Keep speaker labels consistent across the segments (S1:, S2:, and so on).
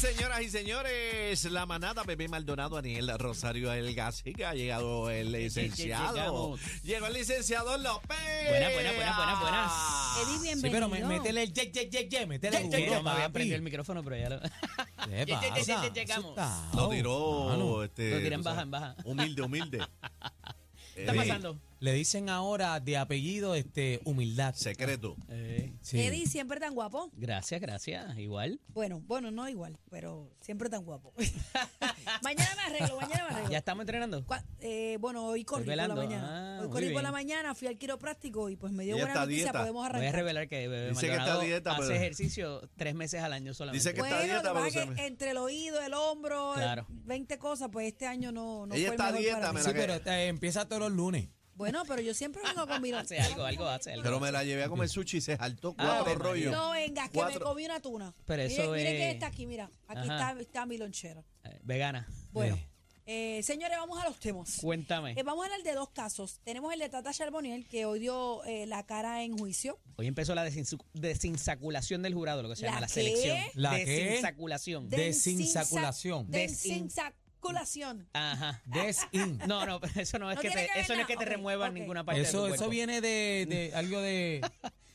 S1: señoras y señores, la manada Bebé Maldonado, Aniel Rosario El Gacica, ha llegado el licenciado.
S2: llegamos.
S1: Llegó el licenciado López. Ah.
S2: Buenas, buenas, buenas, buenas, buenas.
S3: Eddie,
S2: Ah,
S4: Sí,
S3: bienvenido.
S4: pero me- métele el ye, ye, ye, ye, métele
S2: Ye-
S4: duro,
S2: ye- ye- me había
S4: papi.
S2: prendido el micrófono, pero ya lo.
S4: ¿Qué
S2: Ye- ye- ye-
S4: pasa?
S2: ye- ye- llegamos.
S4: Asustado.
S1: Lo tiró.
S4: Mano,
S1: este,
S2: Oh. lo tiré en
S1: tú sabes,
S2: baja, en baja.
S1: Humilde, humilde.
S2: ¿Qué está
S1: Eh,
S2: pasando?
S4: Le dicen ahora de apellido este humildad.
S1: Secreto.
S2: Eh,
S4: Sí.
S3: Eddie, siempre tan guapo.
S2: gracias, gracias. Igual.
S3: Bueno, bueno, no igual, pero siempre tan guapo. mañana me arreglo, mañana me
S2: ¿Ya
S3: arreglo.
S2: estamos entrenando?
S3: Cua- eh, bueno, hoy corrí por la
S2: velando.
S3: mañana.
S2: Ah, muy
S3: hoy corrí por
S2: bien.
S3: la mañana, fui al quiropráctico y pues me dio
S1: Ella
S3: buena
S1: está a
S3: noticia,
S1: dieta.
S3: podemos
S2: Voy a
S3: arrancar.
S2: revelar que Bebé
S1: Dice que está a
S2: Maldonado
S1: dieta,
S2: hace
S1: pero-
S2: ejercicio tres meses al año solamente.
S1: Dice que
S3: Bueno,
S1: está a dieta,
S3: lo que
S1: pero
S3: pasa
S1: se
S3: es
S1: me-
S3: que entre el oído, el hombro, el
S2: Claro.
S3: 20 cosas, pues este año no, no
S1: Ella
S3: fue el
S1: está a
S3: mejor
S1: dieta,
S3: para mí.
S1: me
S4: Sí,
S1: la-
S4: pero eh, empieza todos los lunes.
S3: Bueno, pero yo siempre vengo con mi...
S2: Hace algo, algo hace, algo.
S1: Pero me la llevé a comer sushi y se saltó
S2: Ah,
S1: cuatro
S2: Ave María.
S1: rollos.
S3: No vengas, que me
S1: Cuatro.
S3: comí una tuna.
S2: Pero
S3: Mire-
S2: eso
S3: mire que
S2: es-
S3: está aquí, mira. Aquí
S2: Ajá.
S3: está, está mi lonchera.
S2: Eh, Vegana.
S3: Bueno,
S4: Sí.
S3: eh, señores, vamos a los temas.
S2: Cuéntame.
S3: Eh, vamos a hablar de dos casos. Tenemos el de Tata Charboniel, que hoy dio eh, la cara en juicio.
S2: Hoy empezó la desinsu- desinsaculación del jurado, lo que se
S3: ¿La
S2: llama la
S3: qué?
S2: selección.
S4: ¿La qué?
S2: desinsaculación.
S4: De- Desinsaculación.
S3: Desinsaculación.
S2: Ajá.
S4: Desin.
S2: No, no, pero eso no es
S3: No
S2: que
S3: tiene
S2: te,
S3: que ver
S2: eso no es que
S3: nada.
S2: te
S3: Ok,
S2: remuevan
S3: ok.
S2: ninguna parte de tu
S4: Eso,
S2: cuerpo.
S4: eso viene de, de algo de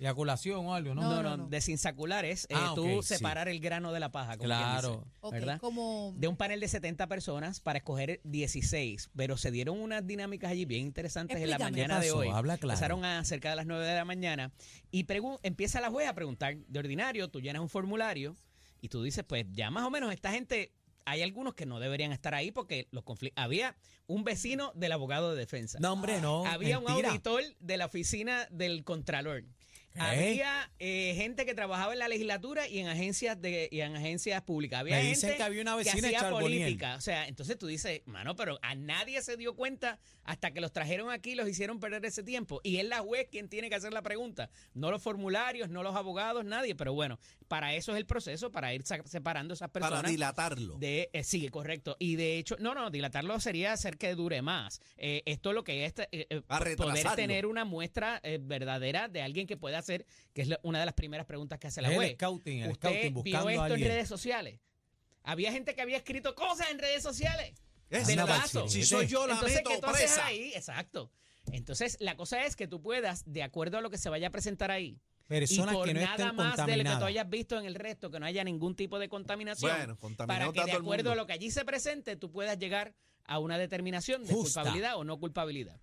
S4: eyaculación o algo, ¿no?
S2: No,
S3: no,
S2: no,
S3: no.
S2: desinsacular es eh,
S4: Ah, ok,
S2: tú
S4: sí.
S2: separar el grano de la paja. como
S4: Claro.
S2: quien dice,
S3: Ok,
S2: ¿verdad?
S3: como...
S2: De un panel de 70 personas para escoger 16, pero se dieron unas dinámicas allí bien interesantes en la
S3: Explícame.
S2: mañana
S4: ¿Qué
S2: de
S4: pasó?
S2: hoy.
S4: Habla claro.
S2: Empezaron a cerca de las 9 de la mañana y pregu- empieza la jueza a preguntar, de ordinario, tú llenas un formulario y tú dices, pues ya más o menos esta gente, hay algunos que no deberían estar ahí porque los conflictos... Había un vecino del abogado de defensa.
S4: No, hombre, no.
S2: Ah, Había un
S4: mentira.
S2: auditor de la oficina del Contralor.
S4: ¿Qué?
S2: Había eh, gente que trabajaba en la legislatura y en agencias de y en agencias públicas. Había
S4: Me
S2: gente
S4: dicen que había una vecina de
S2: hacía
S4: Charboniel.
S2: política. O sea, entonces tú dices, mano, pero a nadie se dio cuenta hasta que los trajeron aquí y los hicieron perder ese tiempo. Y es la juez quien tiene que hacer la pregunta. No los formularios, no los abogados, nadie. Pero bueno, para eso es el proceso, para ir sa- separando esas personas.
S1: Para dilatarlo.
S2: De, eh, sí, correcto. Y de hecho, no, no, dilatarlo sería hacer que dure más. Eh, esto es lo que es eh, eh,
S1: A
S2: poder
S1: retrasarlo.
S2: tener una muestra eh, verdadera de alguien que pueda hacer, que es la- una de las primeras preguntas que hace la
S4: El
S2: web.
S4: scouting, el
S2: ¿Usted
S4: scouting,
S2: vio
S4: buscando
S2: esto
S4: a
S2: en
S4: alguien.
S2: redes sociales? Había gente que había escrito cosas en redes sociales.
S1: Es
S2: Del
S4: Anda,
S2: lazo.
S4: Bachirete.
S1: Si soy yo, la
S2: Entonces,
S1: meto
S2: ¿qué tú haces
S1: presa.
S2: ahí? Exacto. Entonces, la cosa es que tú puedas, de acuerdo a lo que se vaya a presentar ahí, y
S4: Personas
S2: por
S4: que no
S2: nada más
S4: estén
S2: de lo que tú
S4: contaminadas.
S2: hayas visto en el resto, que no haya ningún tipo de contaminación,
S1: Bueno,
S2: para
S1: contaminado
S2: que
S1: está
S2: de
S1: todo el
S2: acuerdo a
S1: mundo.
S2: lo que allí se presente, tú puedas llegar a una determinación de
S4: Justa.
S2: culpabilidad o no culpabilidad.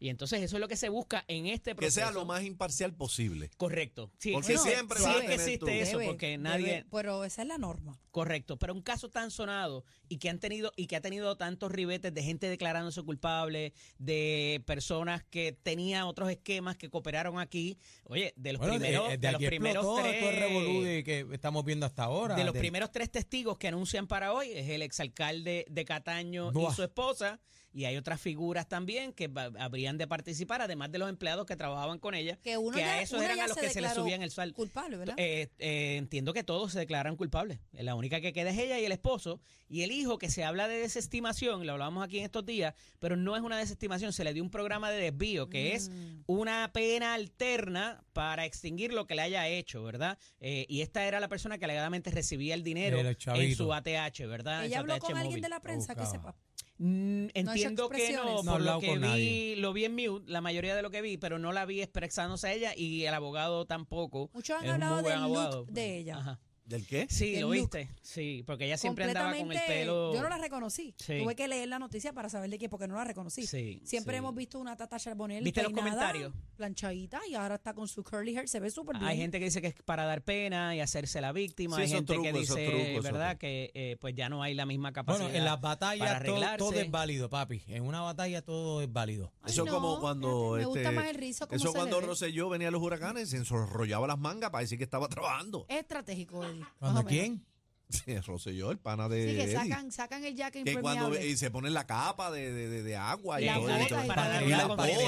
S2: Y entonces eso es lo que se busca en este
S1: Que
S2: proceso.
S1: sea lo más imparcial posible.
S2: correcto. Sí,
S1: Porque
S2: bueno,
S1: siempre
S2: sí
S1: vas a
S2: es que
S1: tener
S2: existe
S1: tú.
S2: eso,
S3: Debe,
S2: porque
S3: debe,
S2: nadie
S3: pero esa es la norma.
S2: Correcto, pero un caso tan sonado y que han tenido y que ha tenido tantos ribetes de gente declarándose culpable, de personas que tenían otros esquemas que cooperaron aquí. Oye, de los
S4: Bueno, de-
S2: primeros,
S4: de,
S2: de los
S4: aquí
S2: primeros
S4: explotó
S2: tres,
S4: todo el revolú de que estamos viendo hasta ahora.
S2: de los
S4: del-
S2: primeros tres testigos que anuncian para hoy es el exalcalde de Cataño
S4: Buah.
S2: y su esposa, y hay otras figuras también que va- habrían de participar, además de los empleados que trabajaban con ella,
S3: Que uno
S2: que
S3: ya,
S2: a esos
S3: uno
S2: eran
S3: ya
S2: a los
S3: se
S2: que se les
S3: declaró
S2: subían el sueldo.
S3: culpable, ¿verdad?
S2: Eh, eh, entiendo que todos se declaran culpables. Eh, La única que queda es ella y el esposo. Y el hijo, que se habla de desestimación, lo hablábamos aquí en estos días, pero no es una desestimación, se le dio un programa de desvío, que es
S3: Mm.
S2: una pena alterna para extinguir lo que le haya hecho, ¿verdad? Eh, y esta era la persona que alegadamente recibía el dinero
S4: Era el
S2: en
S4: chavito.
S2: su ATH, ¿verdad? En su
S3: Ella habló
S2: ATH
S3: con alguien
S2: móvil. Oh,
S3: de la prensa, que
S4: buscaba.
S3: sepa.
S2: Mm, Entiendo que
S3: expresiones. No
S2: no,
S3: ha
S2: por lo
S4: hablado
S2: que vi,
S4: con nadie.
S2: lo vi en mute, la mayoría de lo que vi, pero no la vi expresándose a ella y el abogado tampoco.
S3: Muchos han
S2: Es un muy
S3: hablado
S2: buen
S3: del look
S2: abogado,
S3: de
S2: pero-
S3: ella.
S2: Ajá.
S1: ¿Del qué?
S2: Sí,
S3: del
S2: lo
S3: look.
S2: viste. Sí, porque ella siempre andaba con el pelo.
S3: Yo no la reconocí.
S2: Sí.
S3: Tuve que leer la noticia para saber de qué, porque no la reconocí.
S2: Sí,
S3: Siempre
S2: sí.
S3: hemos visto una Tata Charbonel
S2: ¿Viste los
S3: peinada,
S2: comentarios?
S3: planchadita y ahora está con su curly hair, se ve súper bien.
S2: Hay gente que dice que es para dar pena y hacerse la víctima.
S1: Sí,
S2: hay
S1: esos
S2: gente que
S1: trucos, esos
S2: dice,
S1: trucos, esos
S2: ¿verdad?
S1: trucos.
S2: Que eh, pues ya no hay la misma capacidad.
S4: Bueno, en las
S2: para
S4: batallas todo, todo
S2: arreglarse.
S4: es válido, papi. En una batalla todo es válido.
S3: Ay,
S1: Eso
S3: no,
S1: como cuando...
S3: fíjate, me gusta
S1: este,
S3: más el rizo, cómo
S1: Eso
S3: se
S1: cuando
S3: le ve.
S1: Rosselló venía a los huracanes, se enrollaba las mangas para decir que estaba trabajando.
S3: Es estratégico, Eddie. más o
S4: ¿Cuándo
S3: menos.
S4: quién?
S1: Sí, Rosselló, el pana de
S3: Sí, que
S1: Eddie.
S3: sacan, sacan el jacket
S1: Que cuando ve-
S3: impermeable.
S1: y se ponen la capa de, de- de- de agua y
S3: La
S1: todo
S3: bota
S1: esto.
S3: y
S2: para
S3: todo.
S2: dar
S3: Y
S2: una
S4: la
S2: conferencia,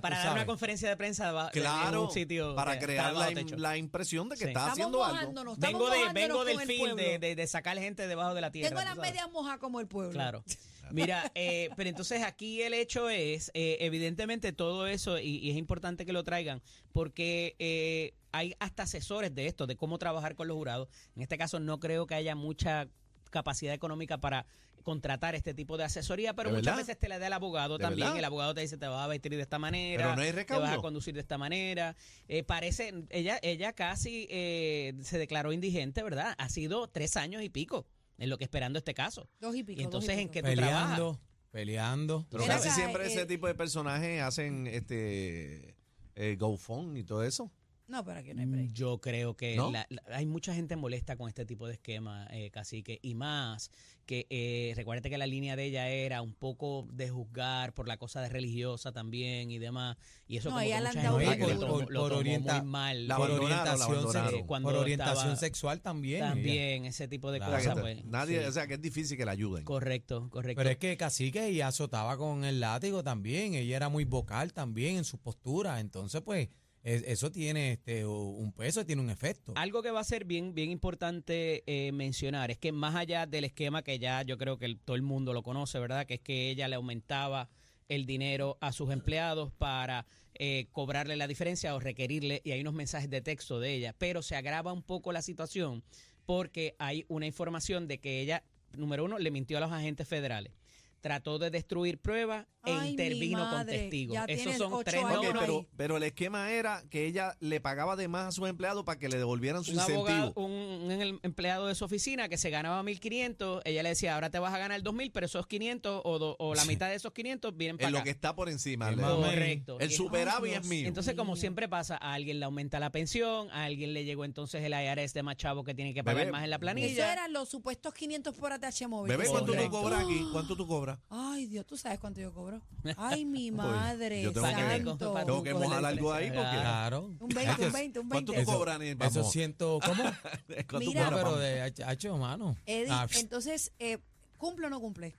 S2: para
S4: tú
S2: dar una
S4: sabes.
S2: conferencia de prensa de, en
S1: Claro,
S2: un sitio
S1: para
S2: que
S1: crear
S2: está
S1: la,
S2: bajo techo.
S1: la impresión de que
S2: Sí.
S1: está
S3: Estamos
S1: haciendo algo.
S3: mojándonos, estamos
S2: vengo de,
S3: mojándonos
S2: vengo del
S3: con el
S2: film de,
S3: pueblo.
S2: de- de sacar gente debajo de la tierra.
S3: Tengo
S2: tú
S3: las
S2: sabes.
S3: medias mojas como el pueblo.
S2: Claro. Mira, eh, pero entonces aquí el hecho es, eh, evidentemente todo eso, y, y es importante que lo traigan, porque eh, hay hasta asesores de esto, de cómo trabajar con los jurados. En este caso no creo que haya mucha capacidad económica para contratar este tipo de asesoría, pero
S1: ¿De
S2: muchas
S1: verdad?
S2: veces te la da el abogado
S1: ¿De
S2: también.
S1: verdad?
S2: El abogado te dice, te vas a vestir de esta manera,
S1: Pero no hay
S2: te vas a
S1: recaudo.
S2: conducir de esta manera. Eh, parece, ella, ella casi eh, se declaró indigente, ¿verdad? Ha sido tres años y pico en lo que esperando este caso.
S3: Dos y pico.
S2: Y entonces,
S3: dos y
S2: ¿en
S3: pico.
S2: tú
S4: Peleando, peleando.
S1: Pero
S3: Mira
S1: casi
S3: acá,
S1: siempre
S3: eh,
S1: ese tipo de personajes hacen este eh, GoFund y todo eso.
S3: No, pero aquí no hay break.
S2: Mm, Yo creo que
S1: ¿No?
S2: la- la- hay mucha gente molesta con este tipo de esquema, eh, cacique, y más que eh, recuérdate que la línea de ella era un poco de juzgar por la cosa de religiosa también y demás, y eso
S3: No,
S2: como que
S3: ella la
S2: mucha
S3: han dado
S2: gente
S1: por-
S2: lo tomó-
S4: por-
S2: lo
S4: por
S2: tomó
S4: orienta-
S2: muy mal.
S1: La
S4: por
S1: abandonaron, la
S4: orientación, sex-
S1: abandonaron.
S2: Cuando
S4: por orientación
S2: estaba-
S4: sexual también.
S2: también ese tipo de
S4: Claro.
S1: O sea,
S2: cosas.
S1: que
S2: pues,
S1: nadie,
S2: sí.
S1: O sea, que es difícil que la ayuden.
S2: correcto, correcto.
S4: Pero es que Cacique y azotaba con el látigo también. Ella era muy vocal también en su postura. Entonces, pues, es- eso tiene este u- un peso, tiene un efecto.
S2: Algo que va a ser bien, bien importante eh, mencionar es que más allá del esquema que ya yo creo que el- todo el mundo lo conoce, ¿verdad? Que es que ella le aumentaba el dinero a sus empleados para eh, cobrarle la diferencia o requerirle, y hay unos mensajes de texto de ella, pero se agrava un poco la situación porque hay una información de que ella, número uno, le mintió a los agentes federales. Trató de destruir pruebas e
S3: Ay, mi
S2: intervino con
S3: madre,
S2: testigos.
S3: ya
S2: Esos
S3: tienes
S2: son
S3: ocho
S2: tres
S3: años
S1: Ok,
S3: no, no
S1: pero,
S3: hay.
S1: pero el esquema era que ella le pagaba de más a sus empleados para que le devolvieran su
S2: un abogado,
S1: incentivo.
S2: un, un empleado de su oficina que se ganaba 1.500, ella le decía, ahora te vas a ganar 2.000, pero esos 500 o, do- o la mitad de esos 500 vienen para
S1: en lo
S2: acá.
S1: que está por encima.
S4: Sí,
S1: le-
S4: mamá.
S2: Correcto.
S1: el
S2: Y-
S1: superávit
S3: Ay,
S1: es
S3: Dios.
S1: mío.
S2: entonces, como
S3: Mío.
S2: siempre pasa, a alguien le aumenta la pensión, a alguien le llegó entonces el IRS de Machavo que tiene que pagar
S1: Bebé,
S2: más en la
S3: Eso
S2: planilla.
S3: eran los supuestos 500 por ATH móvil.
S1: Bebé, ¿cuánto
S2: Correcto.
S1: tú cobras aquí? ¿Cuánto tú cobras?
S3: Ay, Dios, tú sabes cuánto yo cobro. Ay, mi
S1: Pues,
S3: madre.
S1: yo tengo que-
S3: santo.
S2: Para
S1: Tengo que
S2: con la
S1: mojar algo ahí
S2: diferencia,
S1: porque...
S2: ¿verdad?
S4: Claro.
S3: Un 20, un 20, un
S1: ¿Cuánto
S3: 20.
S1: tú
S4: Eso-
S1: cobras, Nel?
S4: Eso
S1: Vamos.
S4: siento. ¿Cómo?
S1: ¿Cuánto
S3: Mira.
S4: No,
S1: cobras,
S4: pero
S1: Pam?
S4: de ha hecho mano.
S3: Eddie,
S4: Ah, pff,
S3: entonces, eh, ¿cumple o no cumple?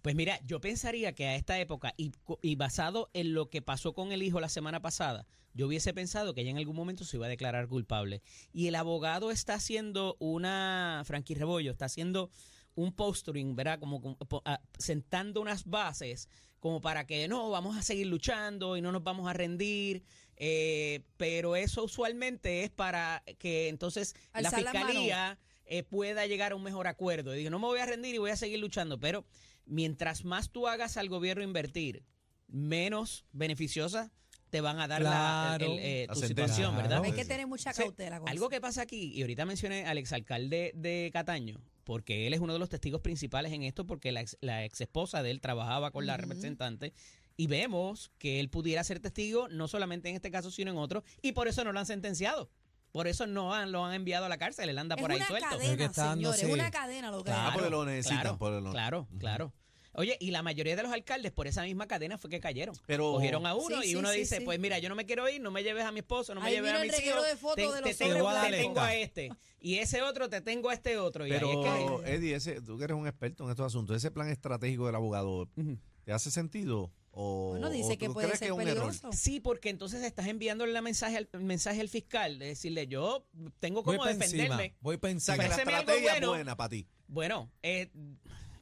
S2: Pues mira, yo pensaría que a esta época, y, co- y basado en lo que pasó con el hijo la semana pasada, yo hubiese pensado que ella en algún momento se iba a declarar culpable. Y el abogado está haciendo una, Frankie Rebollo, está haciendo un posturing, ¿verdad? Como, como, po- ah, sentando unas bases como para que no, vamos a seguir luchando y no nos vamos a rendir. eh, pero eso usualmente es para que entonces
S3: Alzar
S2: la
S3: la mano.
S2: fiscalía eh, pueda llegar a un mejor acuerdo. Y digo, no me voy a rendir y voy a seguir luchando. Pero mientras más tú hagas al gobierno invertir, menos beneficiosa te van a dar la-
S4: Claro.
S2: el, eh,
S1: La
S2: tu
S1: sentencia.
S2: situación, ¿verdad?
S4: Claro.
S3: Hay que tener mucha
S2: Sí,
S3: cautela. con
S2: Algo
S3: eso.
S2: que pasa aquí, y ahorita mencioné al exalcalde de Cataño, porque él es uno de los testigos principales en esto, porque la ex, la ex esposa de él trabajaba con la
S3: Ujú.
S2: representante, y vemos que él pudiera ser testigo, no solamente en este caso, sino en otro, y por eso no lo han sentenciado. Por eso no han, lo han enviado a la cárcel, él anda
S3: es
S2: por ahí
S3: una
S2: suelto.
S4: Es que
S3: cadena,
S4: está dando,
S3: señores.
S4: sí.
S3: Es una cadena lo que
S1: Ah,
S3: hay.
S1: porque lo necesitan.
S2: claro,
S1: porque lo-
S2: Claro, claro. Oye, y la mayoría de los alcaldes por esa misma cadena fue que cayeron.
S1: Pero,
S2: Cogieron a uno
S3: Sí,
S2: y
S3: sí,
S2: uno
S3: sí,
S2: dice,
S3: sí.
S2: pues mira, yo no me quiero ir, no me lleves a mi esposo, no me
S3: Ahí
S2: lleves
S3: mira
S2: a
S3: el
S2: mis
S3: reguero
S2: hijos.
S3: de fotos
S2: te,
S3: de
S2: te
S3: los
S2: tengo,
S4: hombres
S2: a- te
S4: blancos".
S2: tengo a este y ese otro te tengo a este otro. Y ahí
S1: pero
S2: es que-
S1: Eddie, ese, tú que eres un experto en estos asuntos, ese plan estratégico del abogado,
S2: Ujú.
S1: ¿te hace sentido? ¿O,
S3: Bueno,
S1: o
S3: dice que
S1: tú
S3: puede
S1: crees
S3: ser
S1: que es un error?
S3: peligroso.
S2: Sí, porque entonces estás enviándole la mensaje al, el mensaje al fiscal, de decirle, yo tengo
S4: voy
S2: como
S4: para encima.
S2: defenderme.
S4: Voy para
S1: O sea, que
S4: encima.
S1: la
S2: Paréceme algo
S1: estrategia es
S2: bueno.
S1: buena para ti.
S2: Bueno, eh,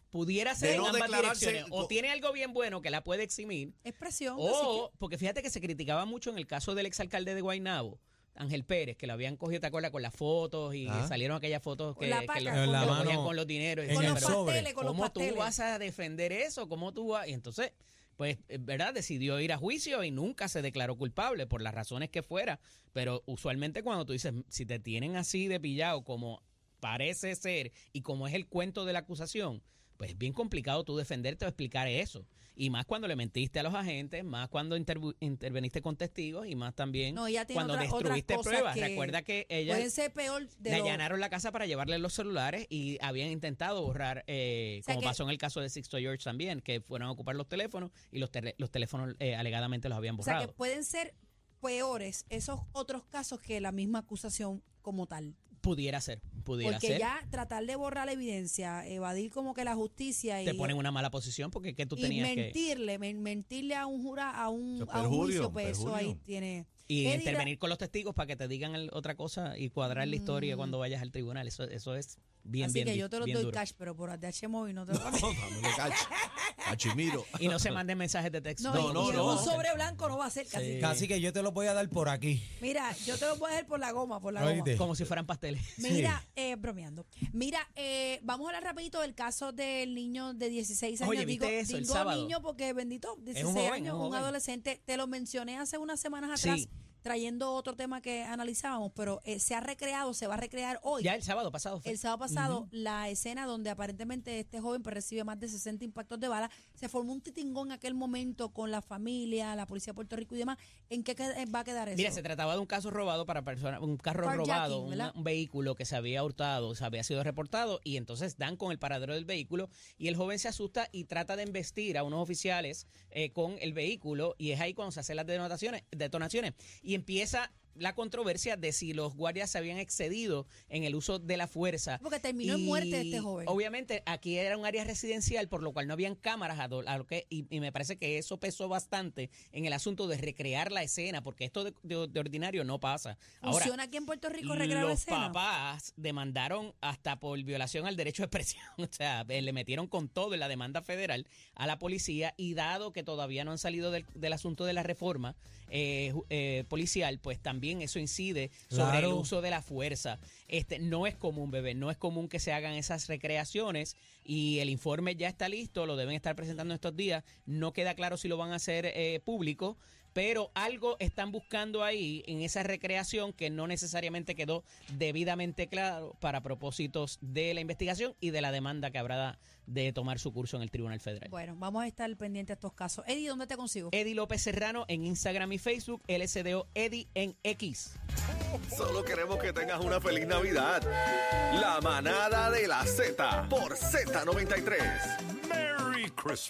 S2: pudiera ser
S1: De
S2: en
S1: no
S2: ambas
S1: declararse
S2: direcciones. O
S1: co-
S2: tiene algo bien bueno que la puede eximir,
S3: Es presión.
S2: O, porque fíjate que se criticaba mucho en el caso del exalcalde de Guaynabo, Ángel Pérez, que lo habían cogido, ¿te acuerdas? Con las fotos y
S1: Ah.
S2: salieron aquellas fotos que,
S3: Con la
S2: que
S3: paca,
S2: lo,
S3: con
S2: lo
S3: la
S2: cogían
S4: mano
S2: con los dineros. y
S4: en
S3: con
S2: decían,
S3: los
S4: el
S2: "Pero,
S4: sobre.
S3: pasteles, con los
S2: ¿Cómo tú
S3: pasteles.
S2: vas a defender eso? ¿Cómo tú vas? Y entonces, pues, eh, ¿verdad? Decidió ir a juicio y nunca se declaró culpable por las razones que fuera. Pero usualmente cuando tú dices, si te tienen así de pillado como parece ser y como es el cuento de la acusación, pues es bien complicado tú defenderte o explicar eso. Y más cuando le mentiste a los agentes, más cuando intervu- interveniste con testigos y más también
S3: No, ella tiene
S2: cuando
S3: otra- otras
S2: destruiste
S3: cosas
S2: pruebas.
S3: que
S2: Recuerda que ella
S3: Pueden ser peor de
S2: le
S3: lo-
S2: allanaron la casa para llevarle los celulares y habían intentado borrar, eh,
S3: O sea
S2: como
S3: que-
S2: pasó en el caso de Sixto George también, que fueron a ocupar los teléfonos y los, tele- los teléfonos eh, alegadamente los habían
S3: O sea,
S2: borrado.
S3: que pueden ser peores esos otros casos que la misma acusación como tal.
S2: pudiera ser, pudiera
S3: Porque
S2: ser.
S3: ya tratar de borrar la evidencia, evadir como que la justicia y,
S2: Te ponen en una mala posición porque que tú
S3: y
S2: tenías que
S3: mentirle, men- mentirle a un jurado, a un,
S1: Eso es
S3: a un
S1: perjurio,
S3: juicio, pues eso
S1: perjurio.
S3: ahí tiene...
S2: y
S3: Eddie,
S2: intervenir con los testigos para que te digan el- otra cosa y cuadrar la historia cuando vayas al tribunal. Eso, eso es Bien,
S3: Mm. Así
S2: bien
S3: que
S2: di-
S3: yo te lo
S2: bien
S3: doy
S2: duro.
S3: cash, pero por ATH móvil no te lo
S1: No, dámelo, Cacho. Cachimiro.
S2: Y no se manden mensajes de texto.
S1: No,
S3: y-
S1: no,
S3: y
S1: no.
S3: un sobre blanco no va a ser casi.
S2: Sí.
S4: Casi que yo te lo voy a dar por aquí.
S3: Mira, yo te lo puedo dejar por la goma, por la goma.
S4: Oíste.
S2: Como si fueran pasteles.
S3: Mira, eh, bromeando. Mira, eh, vamos a hablar rapidito del caso del niño de 16 años.
S2: Oye, ¿viste eso el
S3: digo
S2: sábado?
S3: niño porque bendito, 16
S2: joven,
S3: años,
S2: es un
S3: un,
S2: joven.
S3: adolescente. Te lo mencioné hace unas semanas atrás,
S2: Sí.
S3: trayendo otro tema que analizábamos, pero eh, se ha recreado, se va a recrear hoy.
S2: Ya el sábado pasado fue.
S3: El sábado pasado, la escena donde aparentemente este joven pues, recibe más de 60 impactos de bala, se formó un titingón en aquel momento con la familia, la policía de Puerto Rico y demás. ¿En qué queda- va a quedar eso?
S2: Mira, se trataba de un caso robado para personas, un carro
S3: Carjacking,
S2: robado, una-
S3: ¿verdad?
S2: un vehículo que se había hurtado, se había sido reportado y entonces dan con el paradero del vehículo y el joven se asusta y trata de embestir a unos oficiales eh, con el vehículo y es ahí cuando se hacen las denotaciones, detonaciones y empieza la controversia de si los guardias se habían excedido en el uso de la fuerza.
S3: Porque terminó en
S2: Y,
S3: muerte este joven.
S2: Obviamente, aquí era un área residencial, por lo cual no habían cámaras, a do- a lo que, y, y me parece que eso pesó bastante en el asunto de recrear la escena, porque esto de, de- de ordinario no pasa. Ahora,
S3: ¿Funciona aquí en Puerto Rico recrear la
S2: los
S3: escena?
S2: papás demandaron hasta por violación al derecho de expresión, o sea, eh, le metieron con todo en la demanda federal a la policía y dado que todavía no han salido del, del asunto de la reforma eh, ju- eh, policial, pues también eso incide sobre el
S4: Claro.
S2: uso de la fuerza. Este no es común, bebé, no es común que se hagan esas recreaciones y el informe ya está listo, lo deben estar presentando en estos días. No queda claro si lo van a hacer eh, público, pero algo están buscando ahí en esa recreación que no necesariamente quedó debidamente claro para propósitos de la investigación y de la demanda que habrá de tomar su curso en el Tribunal Federal.
S3: Bueno, vamos a estar pendiente de estos casos. Eddie, ¿dónde te consigo?
S2: Eddie López Serrano en Instagram y Facebook, LSDO Eddie en X.
S5: Solo queremos que tengas una feliz Navidad. La manada de la Z por Z93.
S6: Merry Christmas.